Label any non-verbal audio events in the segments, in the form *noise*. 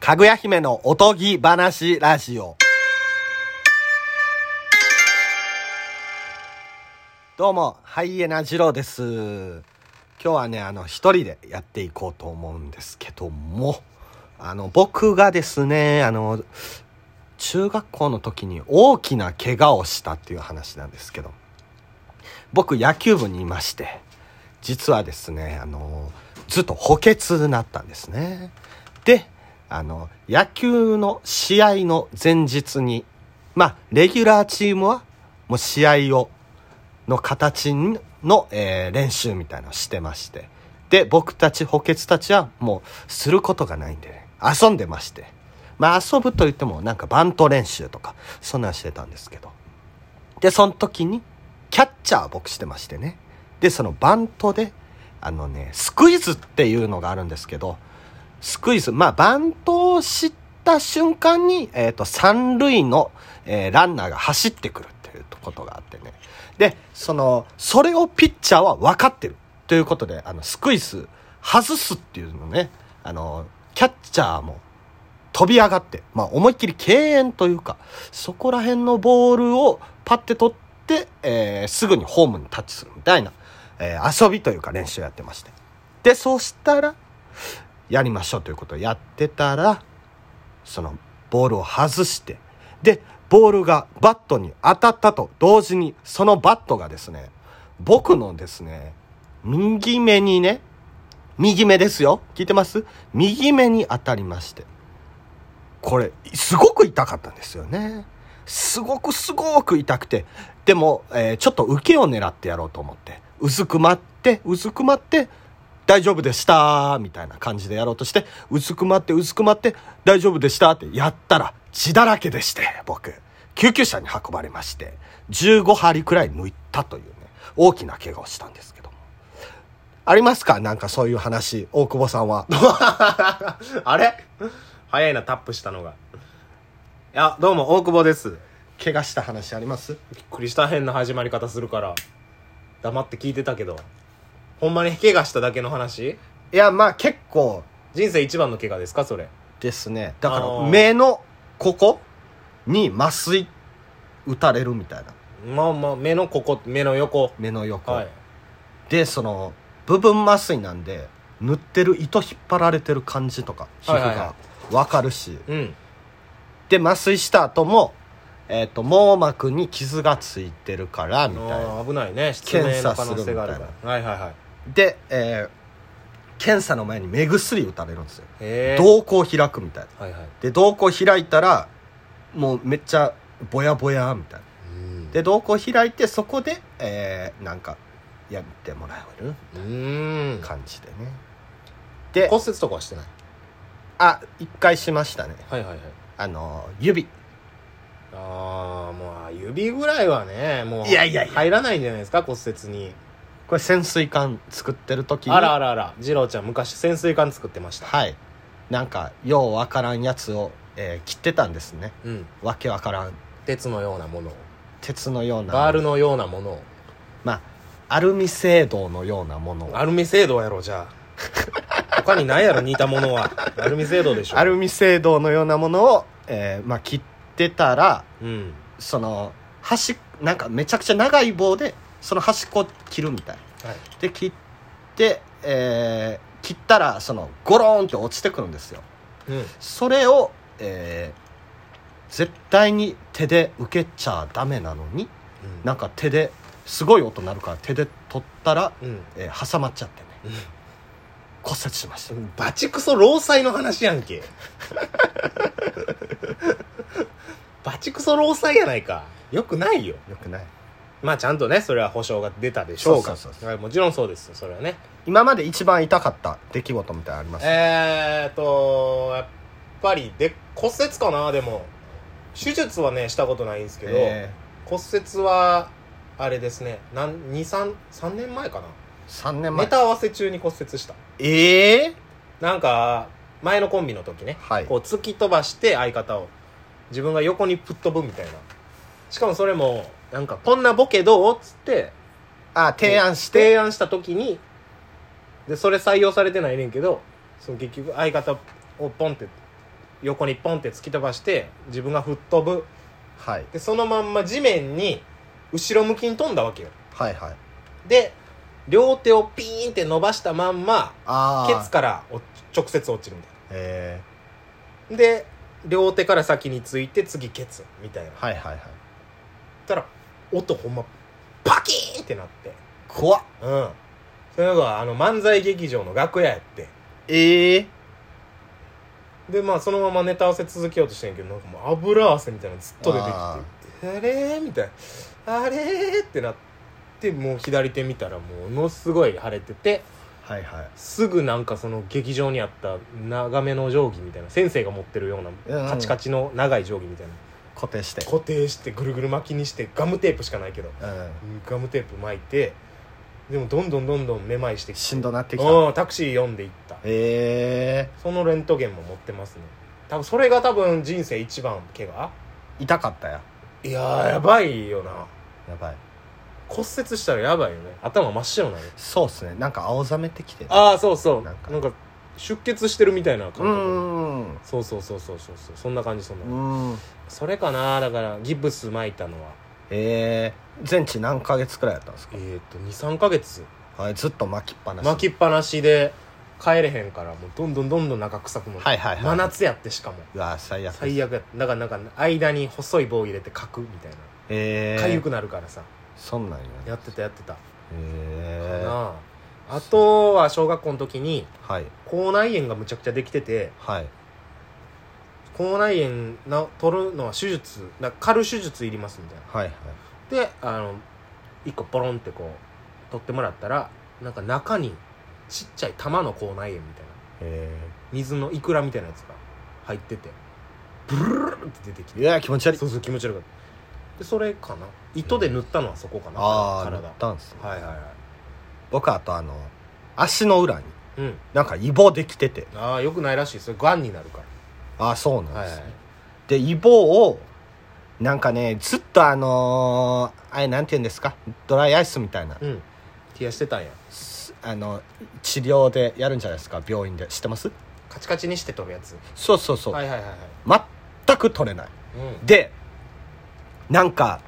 かぐや姫のおとぎ話ラジオ。どうも、ハイエナ二郎です。今日はね、あの、一人でやっていこうと思うんですけども、あの、僕がですね、あの、中学校の時に大きな怪我をしたっていう話なんですけど、僕野球部にいまして、実はですね、あの、ずっと補欠になったんですね。で、あの、野球の試合の前日に、まあ、レギュラーチームは、もう試合を、の形の、えー練習みたいなのをしてまして。で、僕たち補欠たちはもうすることがないんでね、遊んでまして。まあ遊ぶといってもなんかバント練習とか、そんなのしてたんですけど。で、その時に、キャッチャー僕してましてね。で、そのバントで、あのね、スクイズっていうのがあるんですけど、スクイズ、まあ、バントを知った瞬間に、えっ、と、三塁の、えーランナーが走ってくるっていうことがあってね。で、その、それをピッチャーは分かってる。ということで、あの、スクイズ、外すっていうのね、あの、キャッチャーも飛び上がって、まあ、思いっきり敬遠というか、そこら辺のボールをパッて取って、えーすぐにホームにタッチするみたいな、えー遊びというか練習やってまして。で、そうしたら、やりましょうということをやってたら、そのボールを外して、で、ボールがバットに当たったと同時に、そのバットがですね、僕のですね、右目にね、右目ですよ。聞いてます右目に当たりまして。これ、すごく痛かったんですよね。すごくすごく痛くて。でも、えーちょっと受けを狙ってやろうと思って。うずくまって、うずくまって、大丈夫でしたみたいな感じでやろうとして、うずくまって、うずくまって、大丈夫でしたってやったら、血だらけでして、僕。救急車に運ばれまして、15針くらい抜いたというね、大きな怪我をしたんですけども。ありますかなんかそういう話、大久保さんは。 *laughs* あれ早いなタップしたのがいやどうも大久保です怪我した話ありますびっくりした変な始まり方するから黙って聞いてたけどほんまに怪我しただけの話いや、まあ結構人生一番の怪我ですかそれですね。だかあら、のー目のここに麻酔打たれるみたいな。まあまあ目のここ目の横目の横。はいで、その、部分麻酔なんで、塗ってる糸引っ張られてる感じとか、皮膚はいはいがはわかるし。うんで、麻酔した後も、えっ、と、網膜に傷がついてるから、みたいな。あー危ないね失明の可能性があるか検査するみらはいはいはいで、えー検査の前に目薬打たれるんですよ。えー、瞳孔開くみたいな。はいはいで瞳孔開いたらもうめっちゃぼやぼやみたいなうんで瞳孔開いてそこで、えー、なんかやってもらえるうーん感じでねで骨折とかはしてないあ一回しましたねはいはいはいあの指ああまあ指ぐらいはねもういやいやいや入らないんじゃないですか骨折にこれ潜水艦作ってる時にあらあらあら二郎ちゃん昔潜水艦作ってましたはいなんかようわからんやつを、えー切ってたんですねうんわけわからん鉄のようなものを鉄のようなバールのようなものをまあアルミ製銅のようなものをアルミ製銅やろじゃあ *laughs* 他にないやろ似たものはアルミ製銅でしょアルミ製銅のようなものを、えーまあ、切ってたらうんその端なんかめちゃくちゃ長い棒でその端っこを切るみたいはいで切って、えー切ったらそのゴローンって落ちてくるんですようんそれを、えー絶対に手で受けちゃダメなのになんか手ですごい音鳴るから手で取ったら、うんえー挟まっちゃってね骨折しましたバチクソ労災の話やんけ *laughs* バチクソ労災やないかよくないよよくないまあちゃんとねそれは保証が出たでしょうかそうそうそうそうらもちろんそうですよそれはね今まで一番痛かった出来事みたいなのありますえーっとやっぱりで骨折かなでも手術はねしたことないんですけど、え骨折はあれですね233年前かー、3な年ネ前タ合わせ中に骨折したええなんか前のコンビの時ね、はいこう突き飛ばして相方を自分が横に吹っ飛ぶみたいなしかもそれもなんかこんなボケどうっつってあ提案して提案した時にでそれ採用されてないねんけどその結局相方をポンって横にポンって突き飛ばして自分が吹っ飛ぶはいでそのまんま地面に後ろ向きに飛んだわけよはいはいで両手をピーンって伸ばしたまんまあケツからお直接落ちるみたいえなで両手から先について次ケツみたいなー、はいはいはいったら音ほんまパキーンってなって怖っうんそれがあの漫才劇場の楽屋やってええでまあそのままネタ合わせ続けようとしてんけどなんかもう油汗みたいなのずっと出てきてああれーみたいなあれーってなってもう左手見たらものすごい腫れててはいはいすぐなんかその劇場にあった長めの定規みたいな先生が持ってるよううんなカチカチの長い定規みたいな固定して固定してぐるぐる巻きにしてガムテープしかないけどうんガムテープ巻いてでもどんどんどんどんめまいしてきしんどなっててきたうんタクシー読んでいったええそのレントゲンも持ってますね多分それが多分人生一番怪我ー、痛かったやいやーやばいよなやばい骨折したらやばいよね頭真っ白なのそうっすねなんか青ざめてきてるああそうそうななんんかか出血してるみたいなう感覚ーんそうそうそうそうそうそうそんな感じそんなう感ーんじそれかなだからギブス巻いたのはええー、全治何ヶ月くらいやったんですかえっ、ー、と23ヶ月はいずっと巻きっぱなし巻きっぱなしで帰れへんからもうどんどんどんどん中臭くも、はいはいはい真夏やってしかもうわ最悪最悪やっただからなんか間に細い棒入れて書くみたいなええー、かゆくなるからさそんなんややってたやってたかええー、なあとは小学校の時にはい口内炎がむちゃくちゃできててはい口内炎な取るのは手術だから狩る手術いりますみたいはいはいなであの一個ポロンってこう取ってもらったらなんか中にちっちゃい玉の口内炎みたいなえ水のイクラみたいなやつが入っててブルルルルって出てえきー、ていや気持ち悪いそうそう気持ち悪かったでそれかな糸で塗ったのはそこかな、ああ塗体ったんすねはいはいは僕あとあの足の裏にいうんなんかイボできててああよくないらしいですよがんになるかああそうなんらはでいすはね、いでイボをなんかねずっとあのーあれなんて言うんですかドライアイスみたいな、うん冷やしてたんやすあの治療でやるんじゃないですか病院で知ってますカチカチにして飛ぶやつそうそうそう、はいはいはいはい全く取れないうんでなんか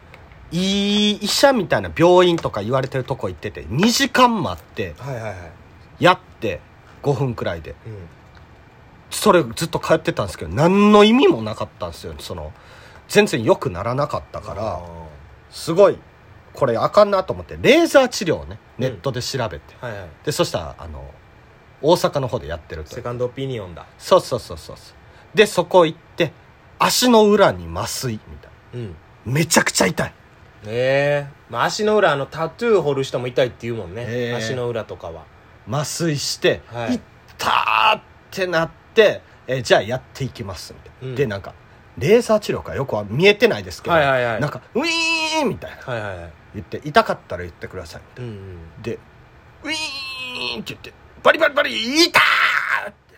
いい医者みたいな病院とか言われてるとこ行ってて2時間待ってはいはいはいやって5分くらいでうんそれずっと通ってたんですけど何の意味もなかったんですよその全然良くならなかったかあらすごいこれあかんなと思ってレーザー治療をねネットで調べて、ーはいはいでそしたらあの大阪の方でやってるとセカンドオピニオンだそうそうそうそうそうでそこ行って足の裏に麻酔みたいうんなめちゃくちゃ痛いええまあ足の裏あのタトゥー彫る人も痛いって言うもんね、ええ足の裏とかは麻酔して、はい痛ーってなって、えーじゃあやっていきますみたいな、うんでなんかレーザー治療かよくは見えてないですけど、はいはいはいなんかウィーンみたいなはいはいはい言って痛かったら言ってくださいうんうんでウィーンって言ってバリバリバリ痛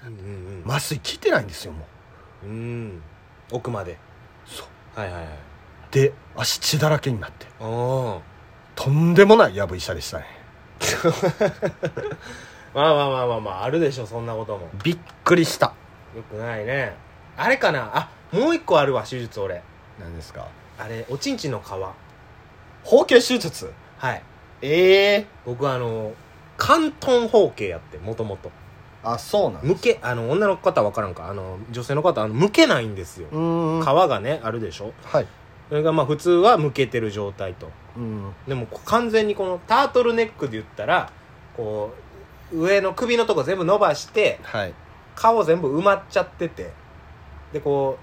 ーうんうん麻酔効いてないんですよもううんうん奥までそうはいはいはいで足血だらけになっておーとんでもないやぶ医者でしたねまあまあまあまあまああるでしょそんなこともびっくりしたよくないねあれかなあもう一個あるわ手術俺何ですかあれおちんちんの皮は包茎手術いええ僕あの関東包茎やってもともとあそうなんむけあの女の方分からんかあの女性の方あのむけないんですようーん皮はがねあるでしょいそれがまあ普通はむけてる状態とうんでもこう完全にこのタートルネックで言ったらこう上の首のとこ全部伸ばしてはい顔全部埋まっちゃっててでこ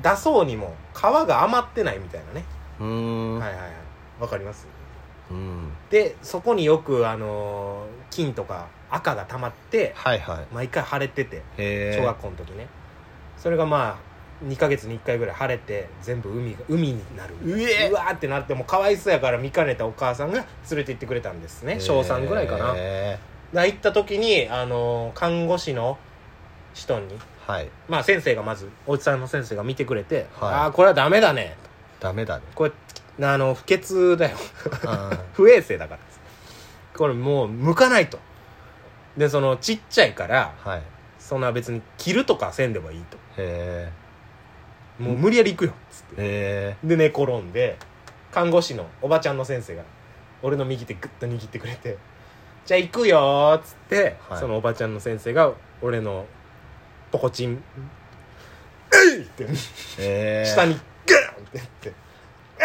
う出そうにも皮が余ってないみたいなね、うーん、はいはいはいわかりますうんでそこによくあのー金とか赤が溜まってはいはい毎回腫れててへえ小学校の時ね、それがまあ2ヶ月に1回ぐらい腫れて全部海が海になるうえわーってなってもうかわいそうやから見かねたお母さんが連れて行ってくれたんですね小3ぐらいかな、へで行った時に、あのー看護師の人にーはいまあ先生がまずおじさんの先生が見てくれて「はいああこれはダメだねダメだねこれあの不潔だよ *laughs* *laughs* あ不衛生だから」これもう向かないとでそのちっちゃいからーはいそんな別に切るとかせんでもいいとへもう無理やり行くよっつってえへで寝転んで看護師のおばちゃんの先生が俺の右手グッと握ってくれて「じゃあ行くよ」っつって、はいそのおばちゃんの先生が俺のポコチン「えい!」ってえへえ下にグーンってやって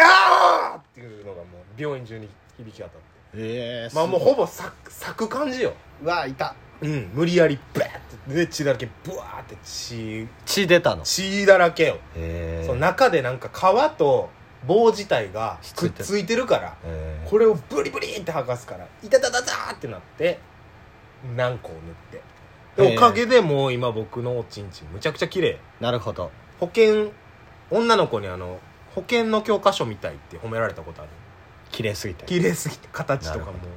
「ああ!」っていうのがもう病院中に響き渡ってええまあもうほぼ咲く咲く感じようわいたうん無理やりブーってで血だらけブワーって血血出たの血だらけよへえその中でなんか皮と棒自体がひっつくいってるついてるからええこれをブリブリって剥がすから「いたたたた!」ってなって何個を塗ってへでえおかげでもう今僕のおちんちんむちゃくちゃ綺麗なるほど保険女の子にあの保険の教科書みたいって褒められたことある綺麗すぎて綺麗すぎて形とかなもるほど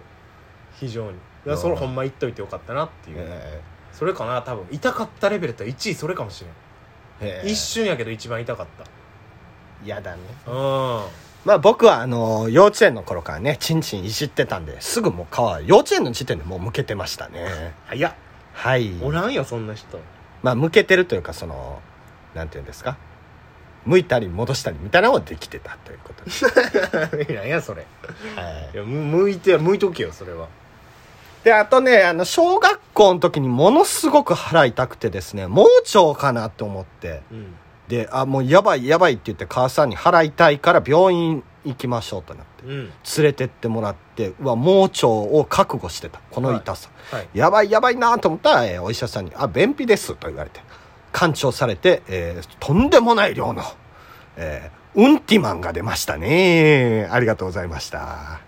非常にいやそれほんま言っといてよかったなっていう、えそれかな多分痛かったレベルって1位それかもしれなえへい、え一瞬やけど一番痛かったやだねうんまあ僕はあの幼稚園の頃からねチンチンいじってたんですぐもう皮幼稚園の時点でもうむけてましたね早っはいおらんよそんな人まあ向けてるというかそのなんていうんですか向いたり戻したりみたいなのはできてたということ *laughs* です、 *laughs* 何やそれはいいやむ向いて向いとけよそれはであとねあの小学校の時にものすごく腹痛くてですね盲腸かなと思ってうんであもうやばいやばいって言って母さんに腹痛いから病院行きましょうとなってうん連れてってもらってうわ盲腸を覚悟してたこの痛さ、はいやばいやばいなと思ったら、えーお医者さんに「あ便秘です」と言われて勘調されて、えーとんでもない量の、えーウンティマンが出ましたねありがとうございました